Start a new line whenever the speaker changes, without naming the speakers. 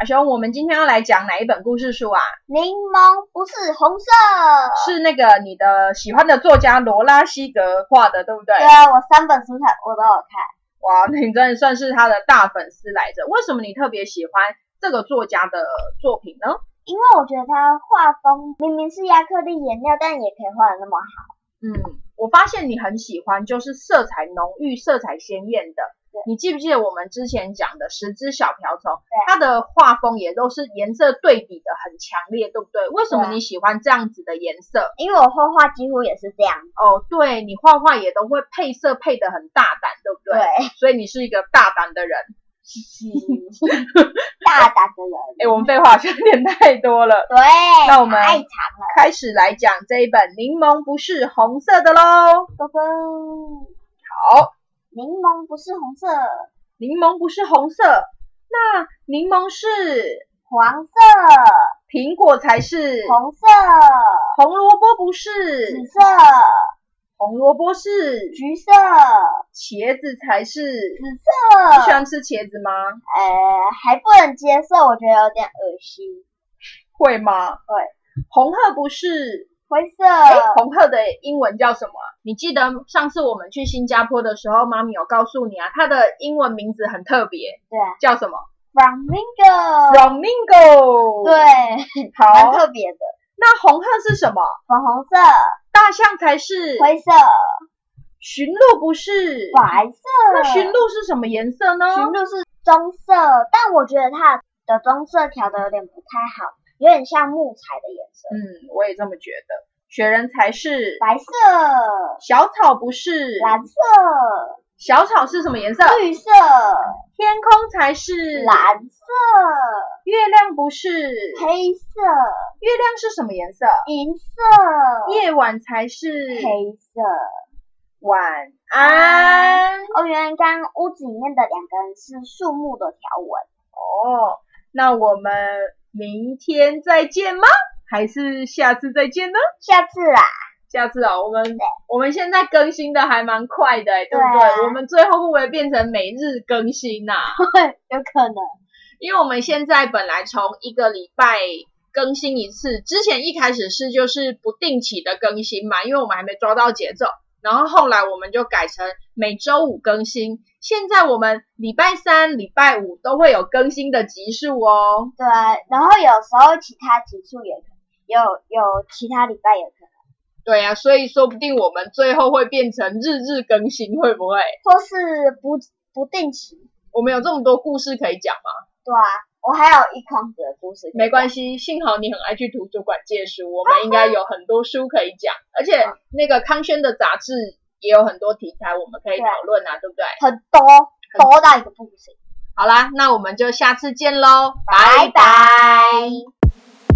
阿雄，我们今天要来讲哪一本故事书啊？
柠檬不是红色，
是那个你的喜欢的作家罗拉西格画的，对不对？
对啊，我三本书台我都有看。
哇，那你真的算是他的大粉丝来着。为什么你特别喜欢这个作家的作品呢？
因为我觉得他画风明明是亚克力颜料，但也可以画的那么好。
嗯，我发现你很喜欢就是色彩浓郁、色彩鲜艳的
对。
你记不记得我们之前讲的十只小瓢虫
对？
它的画风也都是颜色对比的很强烈，对不对？为什么
对
你喜欢这样子的颜色？
因为我画画几乎也是这样。
哦，对你画画也都会配色配的很大胆，对不对？
对，
所以你是一个大胆的人。
大胆的人。
哎，我们废话好 像有点太多了。
对，
那我们
爱长
开始来讲这一本《柠檬不是红色的》喽。
哥哥。好，柠檬不是红色，
柠檬不是红色，那柠檬是
黄色、
苹果才是，
红色、
红萝卜不是，
紫色、
红萝卜是，
橘色、
茄子才是。
紫
你喜
色。
欢吃茄子吗？
呃，还不能接受，我觉得有点恶心。
会吗？
会。
红鹤不是，
灰色，
哎，红鹤的英文叫什么啊？你记得上次我们去新加坡的时候，妈咪有告诉你啊，它的英文名字很特别，
对啊
叫什么
，flamingo，呃
？Flamingo。
对，蛮
好，
特别的。
那红鹤是什么？
粉红色、
大象才是，
灰色、
驯鹿不是，
白色。
那驯鹿是什么颜色呢？
驯鹿是棕色，但我觉得它的棕色调的有点不太好，有点像木材的颜色。
嗯，我也这么觉得。雪人才是，
白色、
小草不是，
蓝色、
小草是什么颜色？
绿色、
天空才是，
蓝色、
月亮不是，月
黑色、
亮是什么颜色？
银色、
夜晚才是，
黑啊色。
晚安。
哦，原来刚刚屋子里面的两个人是树木的条纹。
哦，那我们明天再见吗？还是下次再见呢？
下次啦，
下次啊，我们我们现在更新的还蛮快的、欸，对不
对啊
对？我们最后会不会变成每日更新呐、
有可能。
因为我们现在本来从一个礼拜更新一次，之前一开始是就是不定期的更新嘛，因为我们还没抓到节奏。然后后来我们就改成每周五更新，现在我们礼拜三、礼拜五都会有更新的集数哦。
对，啊然后有时候其他集数也可能，有有其他礼拜也可能，
对呀、啊，所以说不定我们最后会变成日日更新，会不会？
或是不不定期。
我们有这么多故事可以讲吗？
对啊，我还有一筐子的故事。
没关系，幸好你很爱去图书馆借书，我们应该有很多书可以讲，而且那个康轩的杂志也有很多题材我们可以讨论啊，对不对？
很多多到一个不行。
好啦，那我们就下次见喽，拜
拜拜。